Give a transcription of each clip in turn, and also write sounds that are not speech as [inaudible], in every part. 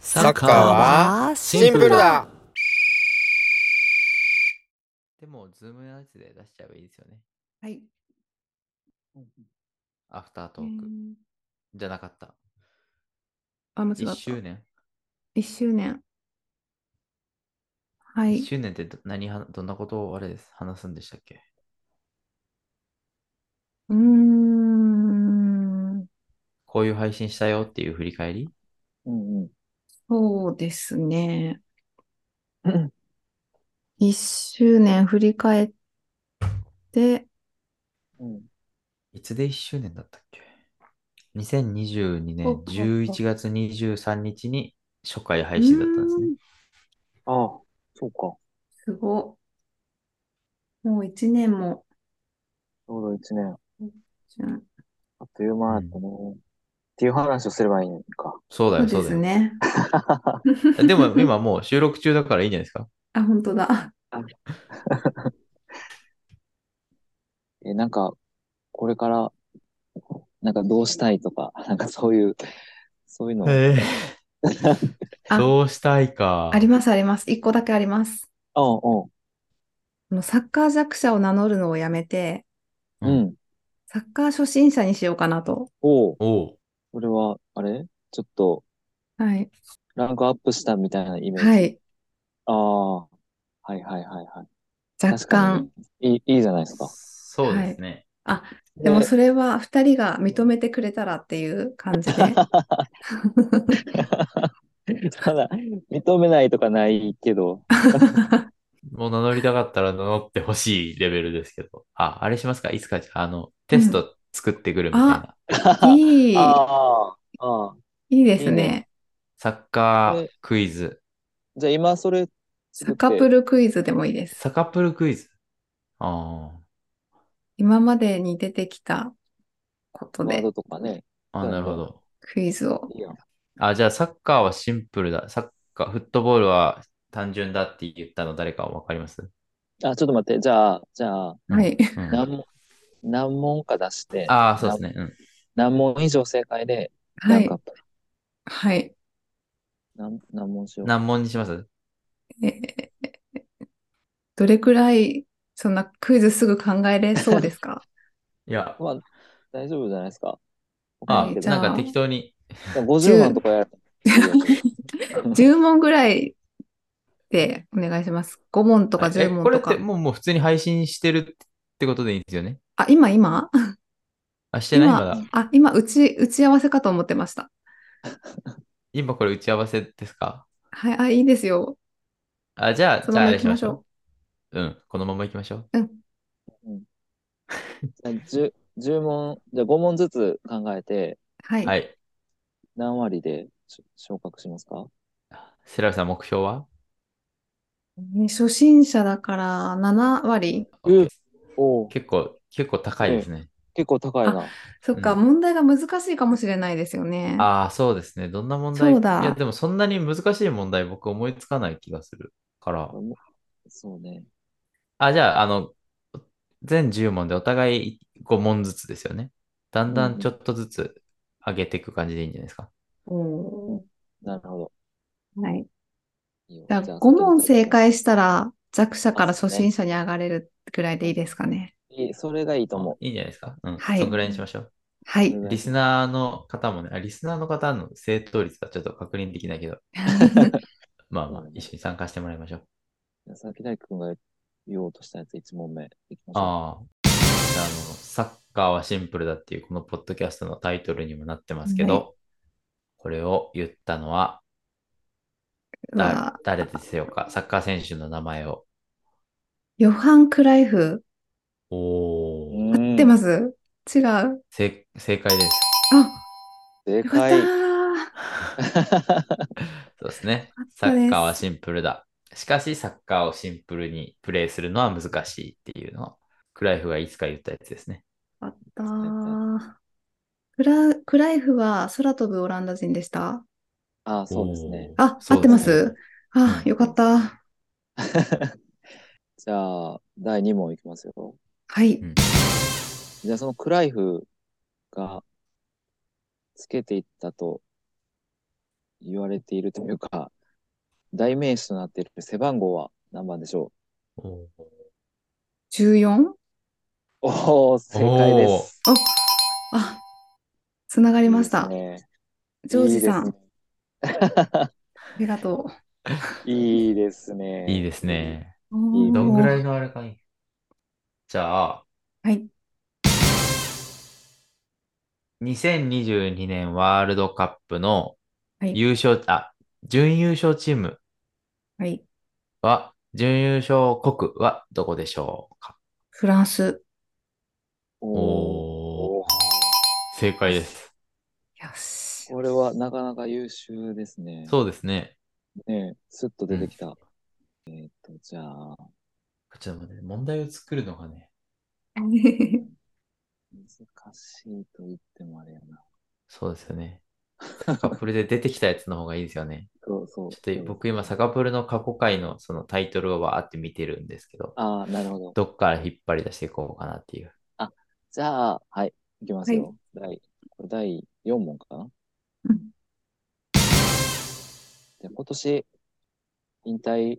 サッカーはシンプルだでも、ズームのやつで出しちゃえばいいですよね。はい。アフタートーク。うんじゃなかった。あ、間違った。 1周年一周年。は ?1 い。周年ってど何は、どんなことをあれです話すんでしたっけうーん。こういう配信したよっていう振り返りうんうん。そうですね。うん一周年振り返って、うん。いつで1周年だったっけ ?2022 年そうそうそう11月23日に初回配信だったんですねうー。んああ、そうか。すごっ。もう一年も、ちょうど一年。じゃんあっという間だったね。っていう話をすればいいの [laughs] か。そうだそうよ、そうだです [laughs] よ。ね。でも今もう収録中だからいいんじゃないですか [laughs] あ、本当だ。え、なんか、これから、なんかどうしたいとか、なんかそういう、そういうの。え [laughs] [laughs] あどうしたいか。ありますあります。一個だけあります。うんあのサッカー弱者を名乗るのをやめて、うん。うん。サッカー初心者にしようかなと。おう、おうそれは、あれちょっと、はい。ランクアップしたみたいなイメージ。はい。ああ、はいはいはいはい。若確か干に。、いい、いいじゃないですか。そうですね。[laughs] でもねそれは2人が認めてくれたらっていう [laughs] 感じで。ただ、認めないとかないけど、もう名乗りたかったら名乗ってほしいレベルですけど。あ、あれしますかいつか、あの、テスト作ってくるみたいな。いい、ああ、ああ。いいですいいねね。サッカークイズ。じゃあ今それ作サっカてプルクイズでもいいです。サカプルクイズ。あ今までに出てきたことワーでドとかね。あ。あ、なるほど。クイズを。いいやん。あ、じゃあサッカーはシンプルだ。サッカー、フットボールは単純だって言ったの誰かわかりますあ、ちょっと待って。じゃあ、じゃあ、はい。うん何問、何問か出して、ああ、そうですね。うん。何問以上正解で、はランいクア。ップ。はい。何、何問しよう。何問にしますえーどれくらい、そんなクイズすぐ考えれそうで [laughs] すかいや、まあ、大丈夫じゃないですか。あ、はいじゃあなんか適当に。 50万とかやる。 ?10 問ぐらいでお願いします。5問とかえ10問これっとかて。もうもう普通に配信してるってことでいいんですよね。あ、今今あ、してない今まだ。あ、今、打ち、打ち合わせかと思ってました。今これ打ち合わせですかはい、あ、いいですよ。あ、じ [laughs] ゃあ、そじのゃあまあまれ行しきままししょょう。うん、このまま行きましょう。じゃあ10、10問、じゃあ5問ずつ考えて、う。はい。はい。何割でし昇格しますかセラフさん、目標はね初心者だから7割。うんおお結構、結構高いですね。結構高いな。そっか、うん問題が難しいかもしれないですよね。ああ、そうですね。どんな問題そうだいや、でもそんなに難しい問題僕思いつかない気がするから。そうね。あ、じゃあ、あの、全10問でお互い5問ずつですよね。だんだうんんうんちょっとずつ上げていく感じでいいんじゃないですか。おなるほど。ーはい。いいよじゃあじゃあ5問正解したら弱者からそう初ですね心者に上がれるくらいでいいですかね。いいそれがいいと思う。いいんじゃないですか。うん。はいそんぐらいにしましょう。そはれ。い [laughs] がいいリスナーの方もね、あリスナーの方の正答率はちょっと確認できないけど、まあまあうん、一緒に参加してもらいましょう。佐々木大君が言おうとしたやつ1問目いきましょああ。じゃあ、あの、サッカーはシンプルだっていう、このポッドキャストのタイトルにもなってますけど、はこれを言ったのは、うわだ誰でしょうかサッカー選手の名前を。ヨハン・クライフ、おう。お、うん出ます違うあ、せ正解です。 [laughs] 正よかっ解た。。そうですねよかっ。サたですッカーはシンプルだ。しかし、サッカーをシンプルにプレイするのは難しいっていうのを、クライフがいつか言ったやつですね。よかった。クラクライフは空飛ぶオランダ人でしたああ、そうですね。おー。あ、そ合うっでてねますあ、よかった。 [laughs] じゃあ、第2問いきますよ。はい。じゃあ、そのクライフがつけていったと言われているというか、代名詞となっている背番号は何番でしょおー 14? うおお、正解です。あ、つながりました。いいですねジョージさん、いいですねありがといいですね。いいですね。う。いいどんぐらいいのあれかいじゃあ、はい。 2022年ワールドカップのはい優勝、あ、準優勝チームはい。は、準優勝国はどこでしょうかフランス。おーおーおー。正解です。よ [laughs] し。これはなかなか優秀ですね。そうですね。う。ねスッと出てきた。えっと、じゃあ、ちょっと待って、問題を作るのがね、難しいと言ってもあれやな。そうですよね。サカプルで出てきたやつの方がいいですよね。そうそう。ちょっと僕今、サカプルの過去回のそのタイトルをわーって見てるんですけど、ああ、なるほど。どっから引っ張り出していこうかなっていう。じゃあ、はい、いきますよ。第、これ第4問かなうんで今年、引退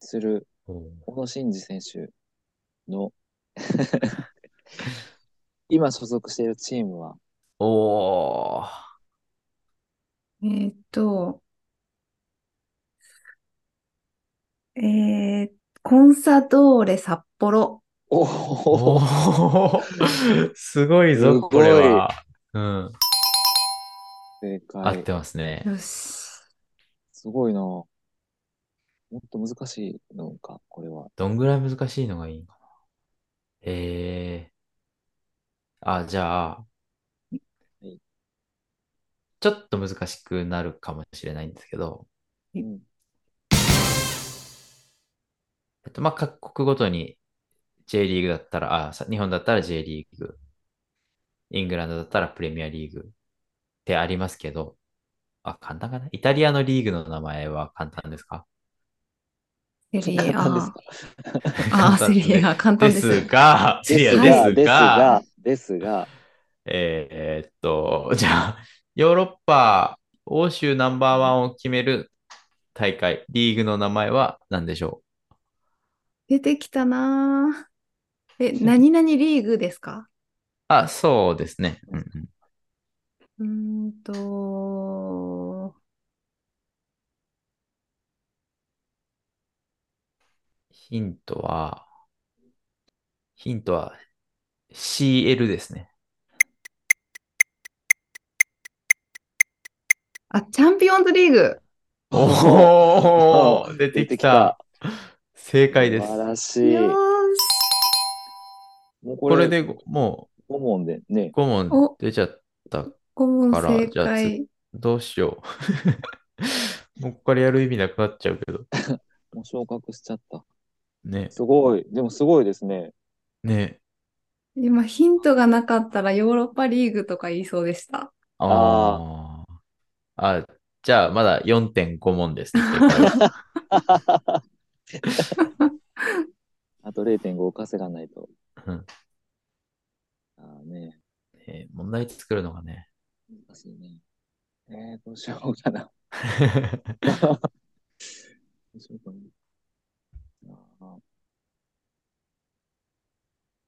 するお小野伸二選手 [laughs] の、今所属しているチームは、おーえーっと、えー、コンサドーレ札幌。おおおーすごいすぞ、ごいこれは。うん、正合解っ。てますね。よし。すごいな。もっと難しいのか、これは。どんぐらい難しいのがいいのかな。えー。あ、じゃあい、ちょっと難しくなるかもしれないんですけど、うん、えっと、まあ、各国ごとに J リーグだったら、あ、さ日本だったら J リーグ、イングランドだったらプレミアリーグってありますけど、あ、簡単かなイタリアのリーグの名前は簡単ですかセリエ簡単です A か。あ簡あ、単セですリエね A、簡単でです。すが、セリアがですが、、ですが、えーっと、じゃあ、ヨーロッパ、欧州ナンバーワンを決める大会、リーグの名前は何でしょ出てきたなぁ。え、何々リーグですかうあ、そうですね。うんうんうーんと、ヒントは、ヒントは CL ですね。あ、チャンピオンズリーグ。おお [laughs] お出て出てききたた。正解です。素晴らしい。よーし。もうここれれででも5問でねう、5問お出ちゃった。 5問から正じゃあ解。どうしよう。も [laughs] うここからやる意味なくなっちゃうけど。もう昇格しちゃった。ね。すごい。でもすごいですね。ね。今、ヒントがなかったらヨーロッパリーグとか言いそうでした。ああ。あ、じゃあまだ4.5問ですね。正解はあと0.5稼がないと。うんああね、えー問題作るのがね。難しいね。えー、どうしようかな。どうしようかな。あー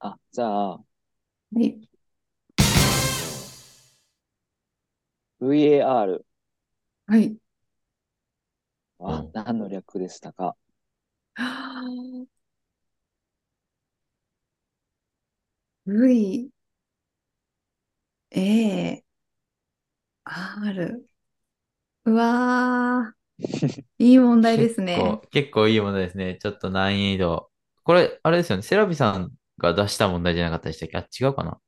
あ、じゃあ、はい。 VAR はい。はうん何の略でしたか、 V、A、R。うわー。いい問題ですね。結構、結構いいものですね。ちょっと難易度。これ、あれですよね。セラビさんが出した問題じゃなかったでしたっけあ、違うかな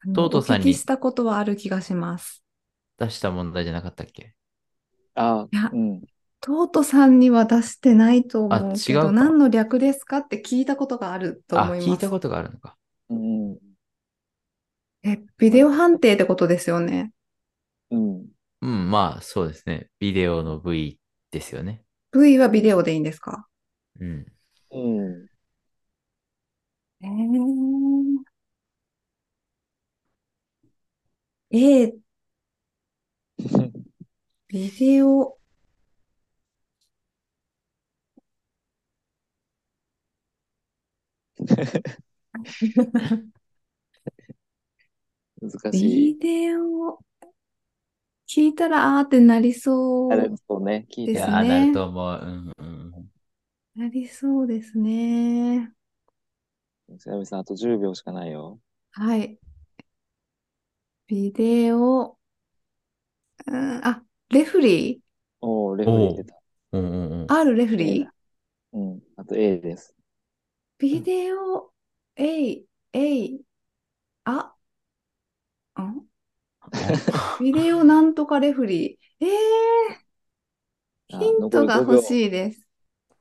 あのトートさんにお聞きしたことはある気がします。出した問題じゃなかったっけあいやうん。トートさんには出してないと思うけあ違うど、か何の略ですかって聞いたことがあるとあ、思い聞まいすた。ことがあるのか。うん。え、ビデオ判定ってことですよね。うん。うん、まあ、そうですね。ビデオの V ですよね。 V はビデオでいいんですかうん。うん。え A、ビデオ、難しい。ビデオ、聞いたらあーってなりそあれう、そうね、聞いいてですやねー、なると思う。うんうん。なりそうですね。ちなみさん、あと10秒しかないよ。はい。ビデオ、うん、あ、レフリおお、レフェリー出た。うんうんうんー ?R レフリーうん。あと A です。ビデオ、えい、えい、あ、んビデオなんとかレフリー。えあー、ヒントが残り5秒欲しいです。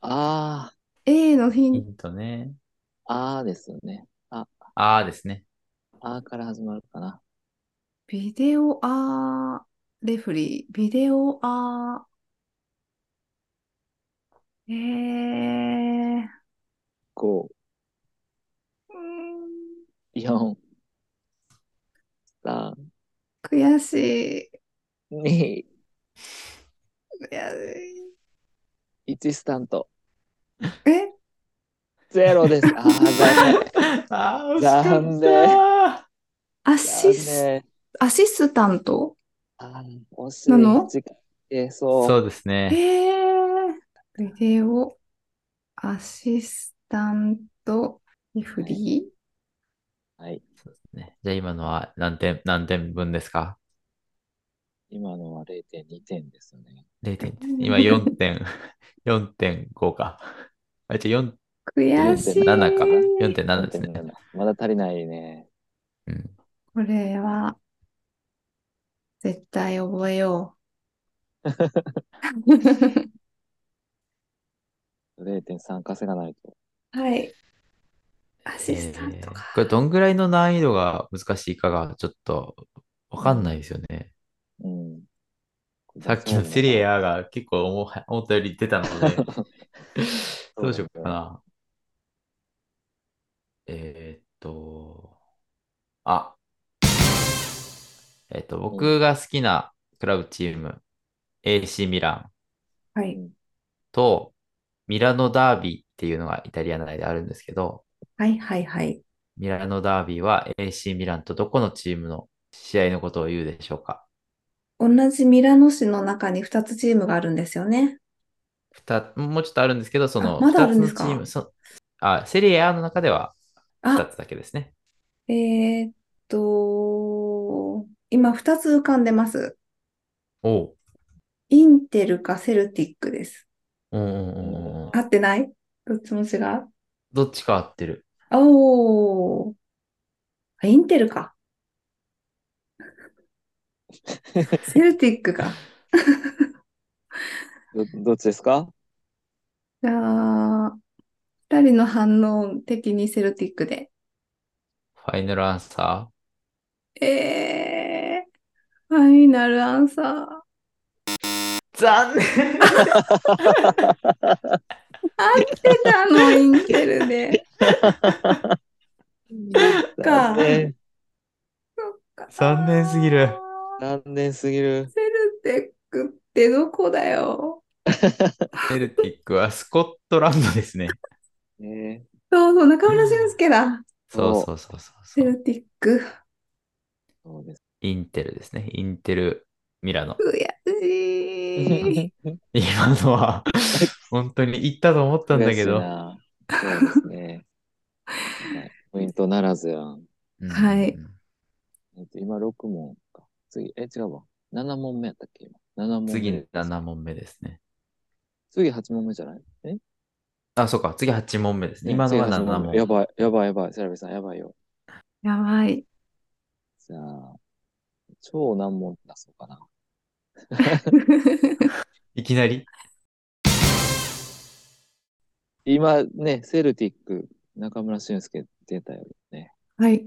あ A のヒヒンントね。ー、あーですよね。ああです [laughs] ね。あーから始まるかな。ビデオ、あー、レフリー。ビデオ、あー、えー、 5、うーん4、3、悔しい。 2、悔し1スタント。い。えゼロです。あー、ああ、惜しかった残アシス、念。アシスタントあー、惜しい。なの時間え、そう。そうですね。えー、ビデオ、アシスタント、レフリーはい。そうですねじゃあ今のは何点、何点分ですか今のは0.2点ですよね。 ?0 点。今4点、4.5か。あ、じゃあ4、悔しい。 4.7か。4.7ですね。 4.7まだ足りないね。うん。これは、絶対覚えよ [laughs] う。 0.3稼がないと。はい。アシスタントか。えーこれどんぐらいの難易度が難しいかがちょっとわかんないですよね。うん。さっきのセリエ A が結構思う思ったより出たの [laughs] で、うどうしようかな。えーっと、あ、えーっと、僕が好きなクラブチーム、AC ミランはい。とミラノダービーっていうのがイタリア内であるんですけど、はいはいはい。ミラノダービーは AC ミランとどこのチームの試合のことを言うでしょうか同じミラノ市の中に2つチームがあるんですよね。二もうちょっとあるんですけど、そのあまだ2あるつんでのすチかーム、そあセリエ A の中では2あ、つだけですね。えーっと、今2つ浮かんでます。おう。インテルかセルティックです。うんうんうんうんうん合ってないどっちも違うどっちか合ってる。おー。あインテル [laughs] か。セルティックか。どどっちですかじゃあ、二人の反応的にセルティックで。ファイナルアンサえー、ファイナルアンサー。ー残 [laughs] 念合ってたの、インテルで。そっか残。念。残念すぎるあー残念すぎる。セルティックってどこだよ。セルティックはスコットランドですね。ねそうそう、中村俊介だ。そうそうそうそう [laughs] セそう。ルティック。そうです。インテルですね。インテル・ミラノ。悔し [laughs] い。今のは本当に行ったと思ったんだけど。悔しいなそうですね。はいポイントならずやん。うんはいえっと、今6問か。次、え、違うわ。7問目やったっけ今。7問目。次7問目ですね。次8問目じゃないえあ、そうか。次8問目ですね。今の次は八7問目問やばい、やばい、やばい。セラビさん、やばいよ。やば [laughs] い。じゃあ、超難問出そうかな。いきなり今ね、セルティック、中村俊介出たよね。はい。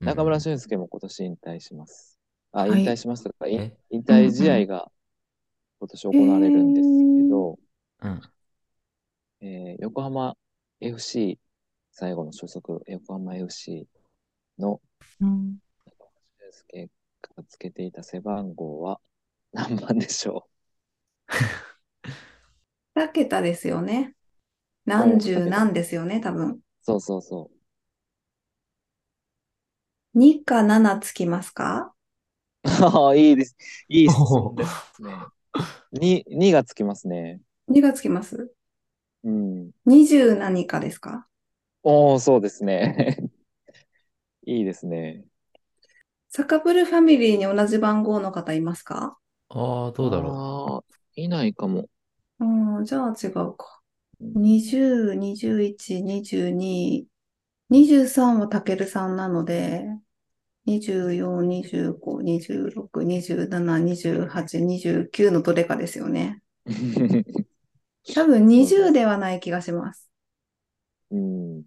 中村うん俊介も今年引退します。あ、はい引退しますとか、いえ引退試合が今年行われるんですけど、うん。えー横浜 FC、最後の所属、横浜 FC のうん中村俊介がつけていた背番号は何番でしょ2桁ですよね。何十何ですよね、多分。う。そうそうそ2か7つきますかう。 [laughs] ああ、いいです。いい質お問ーですね。2、2がつきますね。 ?2 がつきます。うん。 20何かですかおお、そうですね。 [laughs] いいですね。サカプルファミリーに同じ番号の方いますかああ、どうだろう。いないかも。うん、じゃあ違うか。うん20、21、22、23はたけるさんなので、24、25、26、27、28、29のどれかですよね。多分20ではない気が [laughs] します。うん。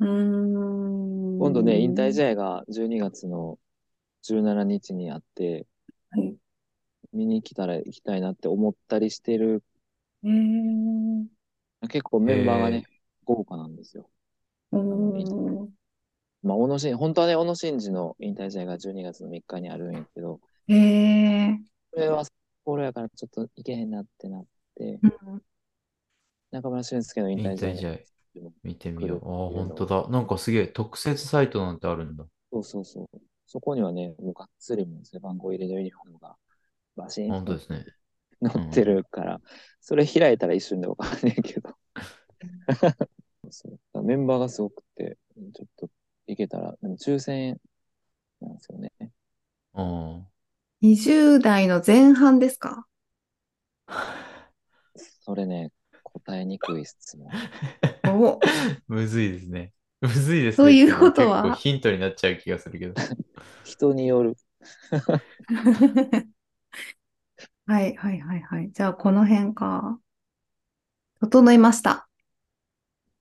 うーん。今度ね、引退試合が12月の17日にあって、はい。見に来たら行きたいなって思ったりしてる。えー、結構メンバーがへーね、豪華なんですよ。おーまあ、小野伸本当はね、小野伸二の引退試合が12月の3日にあるんやけど、えー、それは札幌やからちょっと行けへんなってなって、うん中村俊輔のう。引引退試合退試合合見てみよ。来るってああ、いううの本当だ。なんかすげえ特設サイトなんてあるんだ。そうそうそう。そこにはね、もうがっつりもう背番号入れのユニフォームがバシーン本当とですね。載ってるから、それ開いたら一瞬でわかんない [laughs] けど。そうメンバーがすごくて、ちょっといけたら、でも抽選なんですよね。うん。 20代の前半ですかそれね、答えにくい質問。お [laughs] むずいですね。むずいですね。そういうことは結構ヒントになっちゃう気がするけど。人による。 [laughs] はいはいはいはい。じゃあこの辺か。整いました。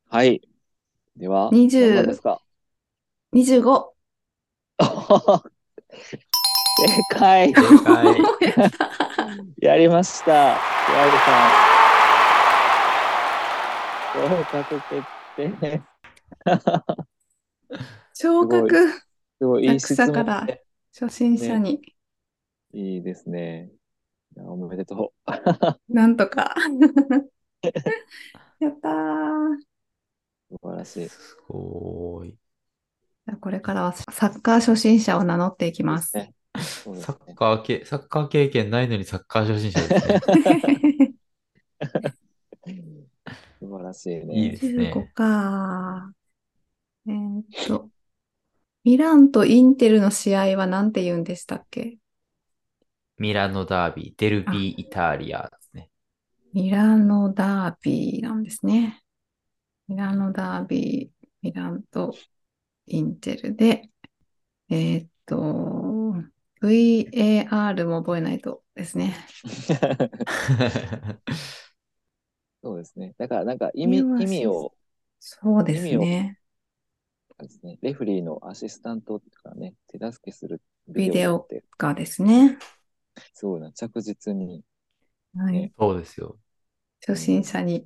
はい。では、 20何番ですか [laughs] 25。正解正解。やりました。やるさん。合格決定。 [laughs] 昇格すごいいい質落差問からで。初心者に、いいですね。いやおめでとう。なんとか。 [laughs] やったー。素晴ら [laughs] し [laughs] い。すごーい。じゃあこれからはサッカー初心者を名乗っていきます。ねそうですサねッカー系、サッカー経験ないのにサッカー初心者ですね。素晴らしいね。いいですね15か。えーっと、ミランとインテルの試合は何て言うんでしたっけミラノダービー、デルビーイタリアですね。 [laughs] ミラノダービーなんですね。ミラノダービー、ミランとインテルで、えーっと、VAR も覚えないとですね。そうですね。だから、なんか意味、これは意味を、そうですね。ですね、レフェリーのアシスタントとかね、手助けするビデオって、がですね。すごいな、着実にはいね。そうですよ。初心者に、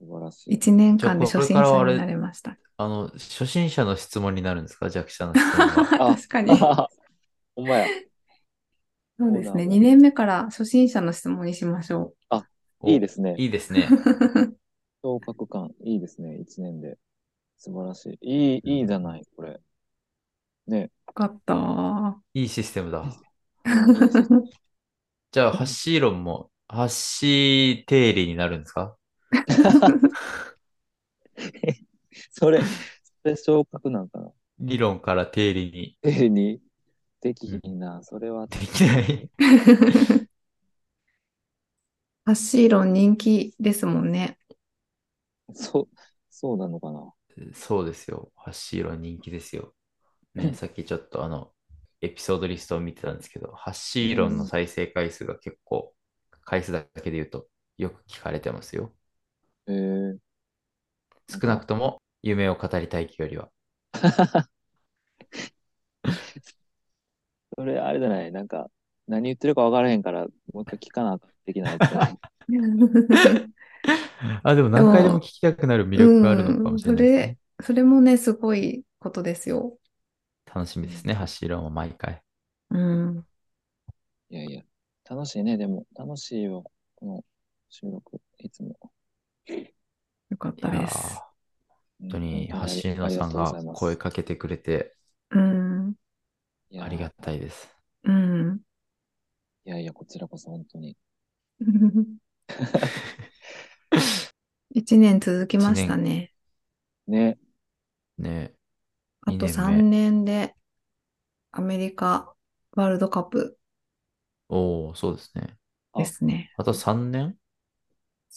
素晴らしい。 1年間で初心じゃあこ者れからはあれになれました。あの、初心者の質問になるんですか弱者の質問 [laughs] は。あ確かに。そあ [laughs] ほんまや。うですね。そうだ2年目から初心者の質問にしまし [laughs] ょいいですねおいいですね。う。昇格感、いいですね、1年で。素晴らしい。いい、いいじゃない、これ。よかった。いいシステムだ。じゃあ、ハッシー論も、ハッシー定理になるんですかそれ、それ昇格なんかな。理論から定理に丁寧に、できひんな、それは。できない。 [laughs] ハッシーロン人気ですもん [laughs] ね。そう、そうなのかな。そうですよ。ハッシー論人気ですよ。ね、さっきちょっとあの、エピソードリストを見てたんですけど、ハッシー論の再生回数が結構、回数だけで言うと、よく聞かれてますよ。えー、少なくとも、夢を語りたい気よりは。それ、あれじゃない、なんか、何言ってるか分からへんから、もう一回聞かな、できないやつじゃ [laughs] ない。あ、でも何回でも聞きたくなる魅力があるのかもしれないですね。それもね、すごいことですよ。楽しみですね、走ろうも毎回。うん。いやいや、楽しいね、でも、楽しいよ、この収録、いつも。よかっいたやーで本す。本当に橋野さんが声かけてくれてうん。ありがとたいです。ううん。ございますいやいやいや、こちらこそ本当に。一年続きましたね。ね、ね、あ一年と二年目3年でアメリカワールドカップおお、そうですね。ですね。あと3年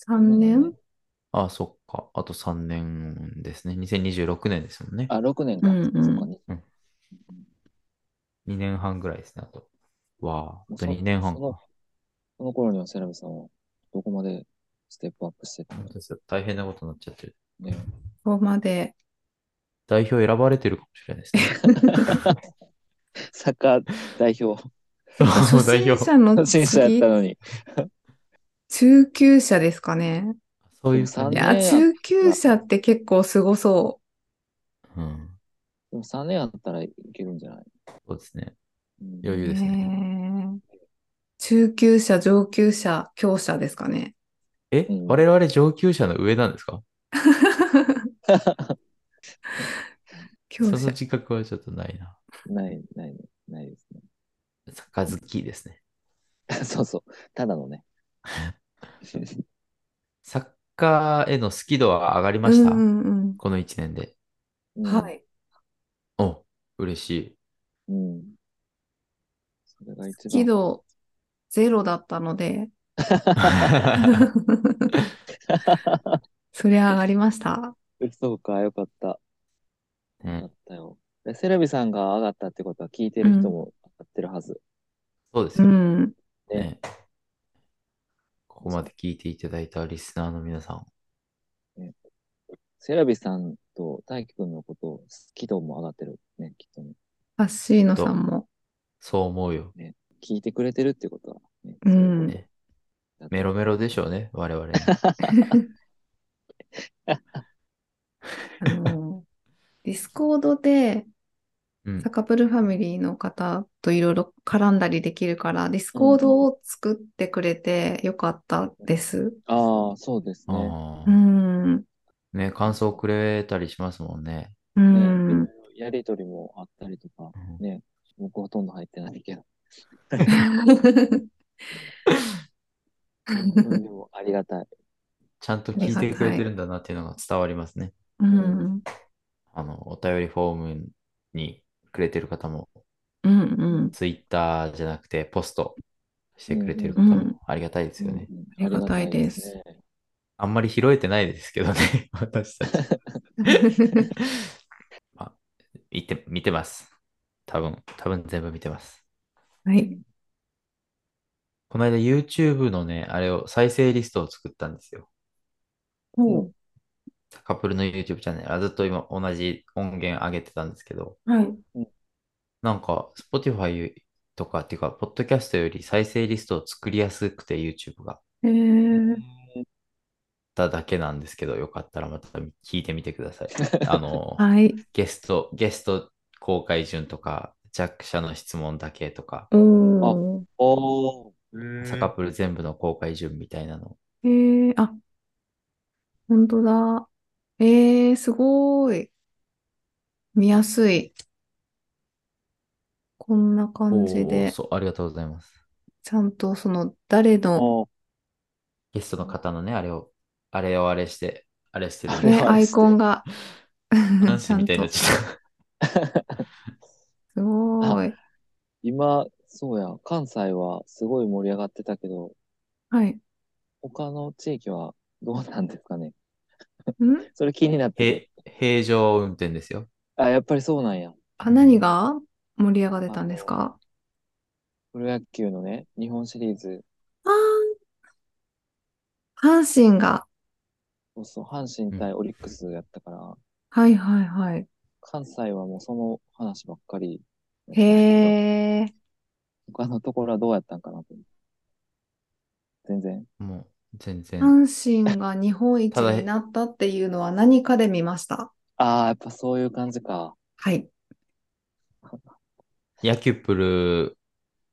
3年ああ、そっか。あと3年ですね。2026年ですもんね。あ、6年か。うんうんそっかねうん2年半ぐらいですね、あと。わあ、もあうとそ2年半か。そのその頃にはセラブさんは、どこまでステップアップしてたの本当ですよ大変なことになっちゃってる。ね。 [laughs] ここま [laughs] で。代表選ばれてるかもしれないですね。サッカー代表、 [laughs] そう初代心表。者の初心者やっ次た、のに。中級者ですかね。そういう感いじ。三や、ねえ中級者って結構すごそうん。でも3年あったらいけるんじゃない、そうですね。うん余う。裕ですね。ねえ中級者、上級者、強者ですかね。 [laughs] え、うん我々上級者の上なんですかそ強の者。自覚はちょっとないな。 [laughs] ない、ない、ないですね。サッカー好きですね。 [laughs] そうそう。た [laughs] だのね。サッカーへの好き度は上がりうました。んうんこの1年で。ううんん。はい。お、嬉しい。うん。それが一喜番。怒ゼロだった [laughs] ので、そりゃ上がりました。そうか、よかった。うよかんっ、たよ。でセラビさんが上がったってことは聞いてる人も上がってるはず。そうですうよ、ん。ねね。ここまで聞いていただいたリスナーの皆さん、セラビさんと大輝くんのことを好き度も上がってるね、きっとね。ハッシーノさんも。そう思うよ。聞いてくれてるってことは、ね。うんそういうことねメロメロでしょうね、我 [laughs] 々ね。あの、ディスコードで、うんサ。カプルファミリーの方といろいろ絡んだりできるから、ディスコードを作ってくれてよかったです。ああ、そうですね。あうーん。うね、感想くれたりしますもんね。ねん。やりとりもあったりとか、うんね。僕ほとんど入ってない [laughs] けど。でもありがたい。ちゃんと聞いてくれてるんだなっていうのが伝わりますね。うん。あの、お便りフォームにくれてる方も、うん。うん。ツイッターじゃなくて、ポストしてくれてる方うんうんもありがたいですよね。うんありがたいですありがたいねあんまり拾えてないですけどね、 [laughs] 私たち。まあ、見て、見てます。多分、多分全部見てます。はい。この間 YouTube のね、あれを、再生リストを作ったんですよ。ほサカプルの YouTube チャンネル。あずっと今同じ音源上げてたんですけど、う。はい。なんか Spotify とかっていうか、ポッドキャストより再生リストを作りやすくて YouTube がえー、ただけなんですけど、よかったらまた聞いてみてくださ [laughs] い。あの、はい。ゲスト、ゲスト公開順とか、弱者の質問だけとか、おー。おー。サカプル全部の公開順みたいなの。えー、あ、本当だ。えー、すごい。見やすい。こんな感じおーで、そう、ありがとうございます。ちゃんとその誰の、おー [laughs] ゲストの方のね、あれを、あれをあれして、あれしてるあれねね、をアイコンが、男 [laughs] ち子ゃんみたいになと、っすちゃった。ごい。今、そうや、関西はすごい盛り上がってたけど、はい。ん他の地域はどうなんですかね。それ気になってる。へ平常運転ですよ。あ、やっぱりそうなんや。あ、何が盛り上がってたんですかプロ野球のね、日本シリーズ、あー阪神が、そうそう阪神対オリックスやったから、はいはいはい。関西はもうその話ばっかり。へー、他のところはどうやったんかなと。全然。もう、全然。阪神が日本一ただになったっていうのは何かで見ました。ああ、やっぱそういう感じか。はい。野球プル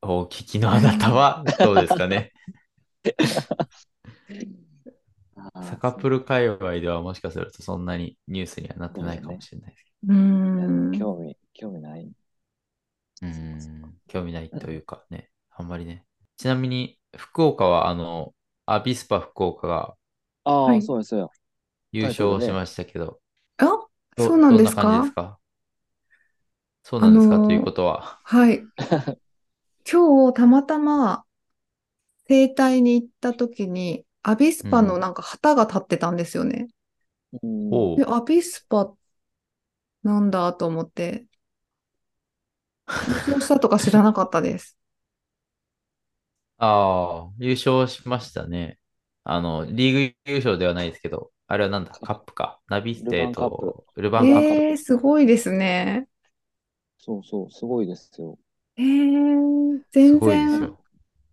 をお聞きのあなたはどうですかねサカプルル界隈ではもしかするとそんなにニュースにはなってないかもしれないですうーん。興味、興味ない。けど。そうう、そうそうん興味ないというかね、あんまりね。ちなみに、福岡はあの、アビスパ福岡がああ、はいそうですそうよ。優タイトル勝ねしましたけど、あ、どそうなんでどんすな感じかですかそうなんですか、あのーということは。はい。今日たまたま整体に行った時に、アビスパのなんか旗が立ってたんですよね。 [laughs] うんおうで、アビスパなんだと思って、優勝したとか知らなかっ [laughs] たです。ああ、優勝しましたね。あの、リーグ優勝ではないですけど、あれはなんだ、カップか。ナビステとルヴァンカップ。えー、すごいですね。そうそう、すごいですよ。えー、全すごいです然よ。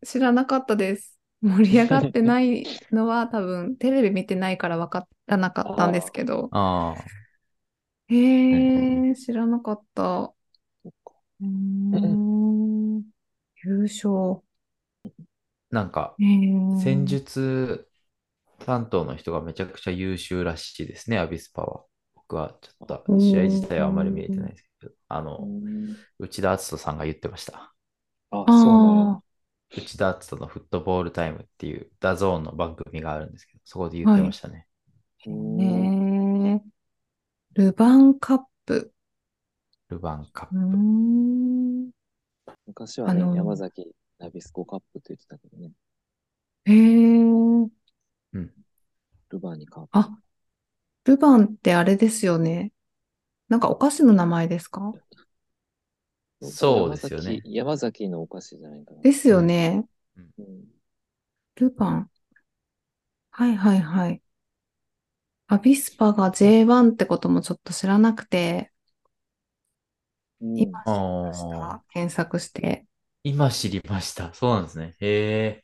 知らなかったです。盛り上がってないのは多分テレビ見てないから分からなかったんです [laughs] けど。ああ、えー、知らなかった。そっかうーん優勝。なんか、えー戦術担当の人がめちゃくちゃ優秀らしいですね、アビスパは。僕はちょっと試合自体はあまり見えてないですけど、あうの、ん内田篤人さんが言ってました。あ、そうあなんや。あ、内田篤人のフットボールタイムっていうダゾーンの番組があるんですけど、そこで言ってましたね。えうんー、ルヴァンカップ。ルヴァンカッうープ。ん。昔はあのね、山崎ナビスコカップって言ってたけどね、えー、ルバーニカップ。あ、ルヴァンってあれですよね。なんかお菓子の名前ですかそうですよね山崎山崎のお菓子じゃないかな。ですよね。うんルヴァン。はいはいはい。アビスパが J1 ってこともちょっと知らなくて、うん今知りましあた。検索して。今知りました。そうなんですね。へえ。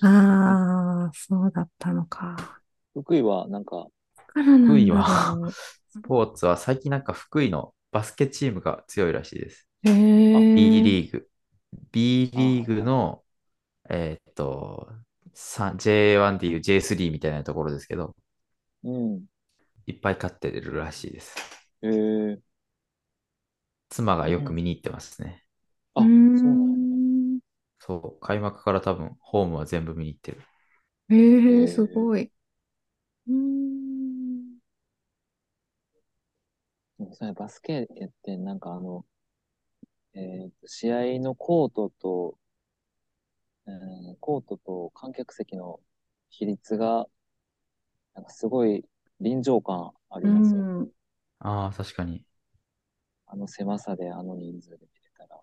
ああ、そうだったのか。 [laughs] 福井はなんか、だからなんだろう福井は、 [laughs] スポーツは最近なんか福井のバスケチームが強いらしいです。へえ B リーグ。B リーグの、えーっと、さ J1 でいう J3 みたいなところですけど、うん、いっぱい勝ってるらしいです。えー、妻がよく見に行ってますね。あ、そううーなんや。んそう、開幕から多分、ホームは全部見に行ってる。へへえ、えすごい。うーん。でもそれバスケやって、なんかあの、えー試合のコートと、うんコートと観客席の比率が、なんかすごい臨場感ありうますよね。ん。ああ、確かに、あの狭さであの人数で見れたら。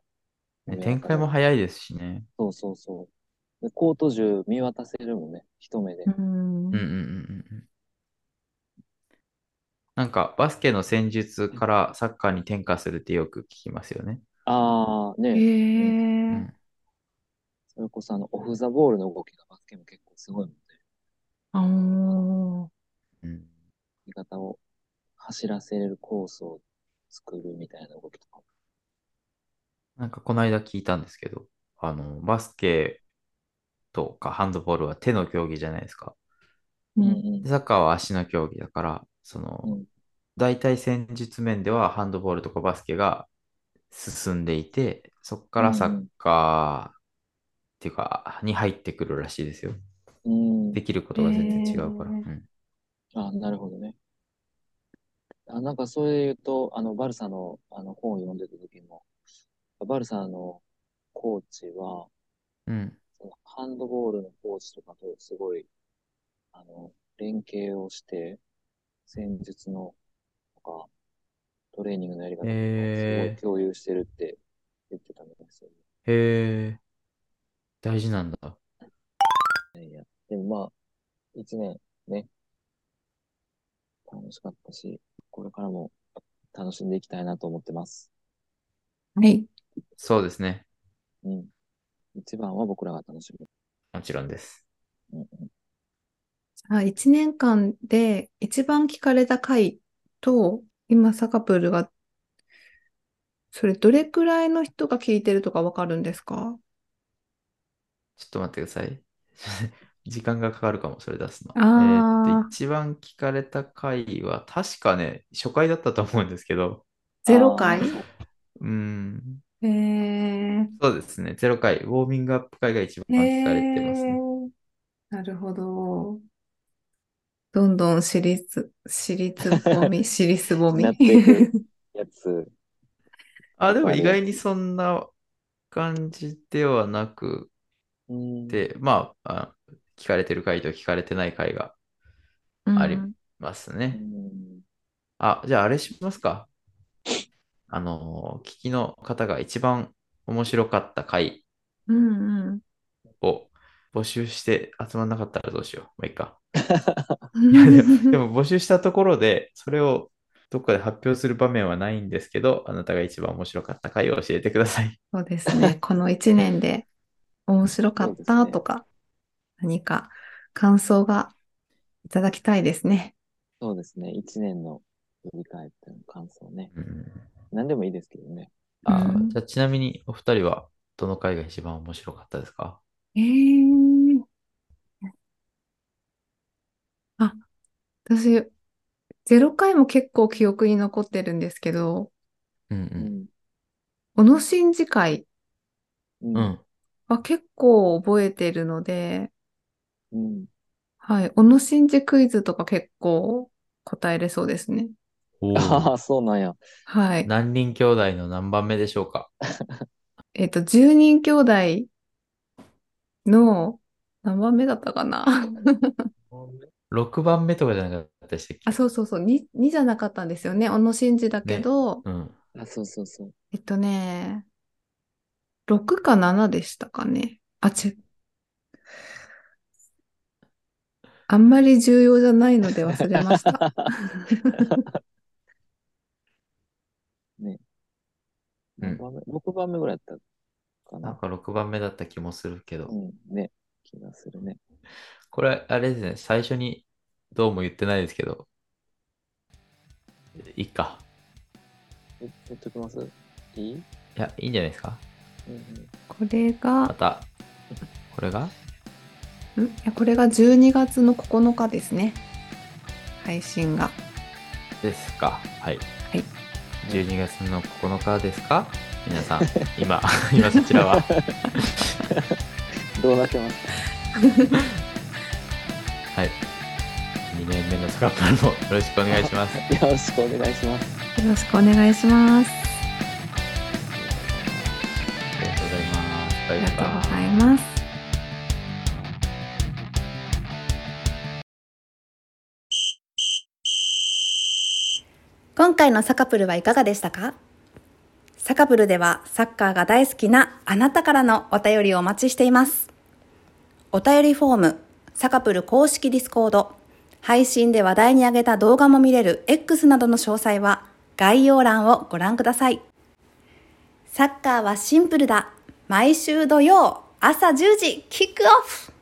ね展開も早いですしね。そうそうそう。でコート中見渡せるもんね、一目でうんう。ん。うんうんうんうん。なんか、バスケの戦術からサッカーに転化するってよく聞きますよね。ああ、ね、へうえ。ん。それこそあの、オフザボールの動きがバスケも結構すごいもんね。あーうん、味方を走らせるコースを作るみたいな動きとかも。なんか、この間聞いたんですけど、あの、バスケとかハンドボールは手の競技じゃないですか。ううんん。うんでサッカーは足の競技だから、その、うん大体戦術面ではハンドボールとかバスケが進んでいて、そこからサッカーっていうか、に入ってくるらしいですよ。うんできることが全然違うから。へーうんあ、なるほどね。あ、なんかそれで言うと、あの、バルサの、あの、本を読んでた時も、バルサのコーチは、うん。そのハンドボールのコーチとかとすごい、あの、連携をして、戦術の、とか、トレーニングのやり方とかをすごへいー共有してるって言ってたんですよね。へえ。大事なんだ。でもまあ、一年ね、楽しかったし、これからも楽しんでいきたいなと思ってます。はい。そうですね。うん。一番は僕らが楽しむ。もちろんです。うんあ、1年間で一番聞かれた回と、今、サカプルがそれどれくらいの人が聞いてるとかわかるんですかちょっと待ってください。 [laughs] 時間がかかるかも、それ出すの。あーえーっと、一番聞かれた回は、確かね、初回だったと思うんですけど、ゼロ回あーうーん、えー、そうですね、0回、ウォーミングアップ回が一番聞かれてますね。なるほど。どんどん私立、私立ぼみ、私立ぼみ。なっていくやつ。 [laughs] あ、でも意外にそんな感じではなくうん。て、まあ、あ聞かれてる回と聞かれてない回が [laughs] うんありますうね。んあ、じゃああれしますか。あの、聞きの方が一番面白かった回うんうん。を募集して集まんなかったらどうしよう。まあいいか。 [laughs] うんいやで [laughs] もでも募集したところで、それをどっかで発表する場面はないんですけど、あなたが一番面白かった回を教えてください。そうですね。この一年で面白かっそうたですねとか、何か感想がいただきたいですね。そうですね。一年の振り返っての感想ね。うん何でもいいですけどね。あうーんじゃあちなみにお二人はどの回が一番面白かったですかえー。あ、私、ゼロ回も結構記憶に残ってるんですけど、うんう。うん。小野伸二会うんん。うん。は結構覚えてるので、うん。はい、小野伸二クイズとか結構答えれそうですね。おあーあ、そうなんや。は [laughs] い。何人兄弟の何番目でしょうかえっと、10人兄弟の何番目だったかな ?6 番目とかじゃなかったでしたっけあ、そうそうそう、2、2じゃなかったんですよね。小野伸二だけど、うん。あ、そうそうそう。えっとね、6か7でしたかね。あ、ちあんまり重要じゃないので忘れ [laughs] ました。うん何番目 ?6 番目ぐらいだったかなんな。か6番目だった気もするけどう、ん。ね。気がするね。これあれですね、最初にどうも言ってないですけど、いいか。え言っときますいいうんいや、いいんじゃないですかうん。これまが、た、これがんいやこれが12月の9日ですね。配信が。ですか。はい。い12月の9日ですか皆 [laughs] さん、今、今そちらは。どうなってますはい。2年目のスカッパーもよろしくお願いします。かよろしくお願いします。よろしくお願いします。ありがとうございます。バあイりがとうバイご。ざいます。今回のサカプルはいかがでしたかサカプルではサッカーが大好きなあなたからのお便りをお待ちしています。お便りフォーム、サカプル公式ディスコード、配信で話題に上げた動画も見れる X などの詳細は概要欄をご覧ください。サッカーはシンプルだ。毎週土曜朝10時キックオフ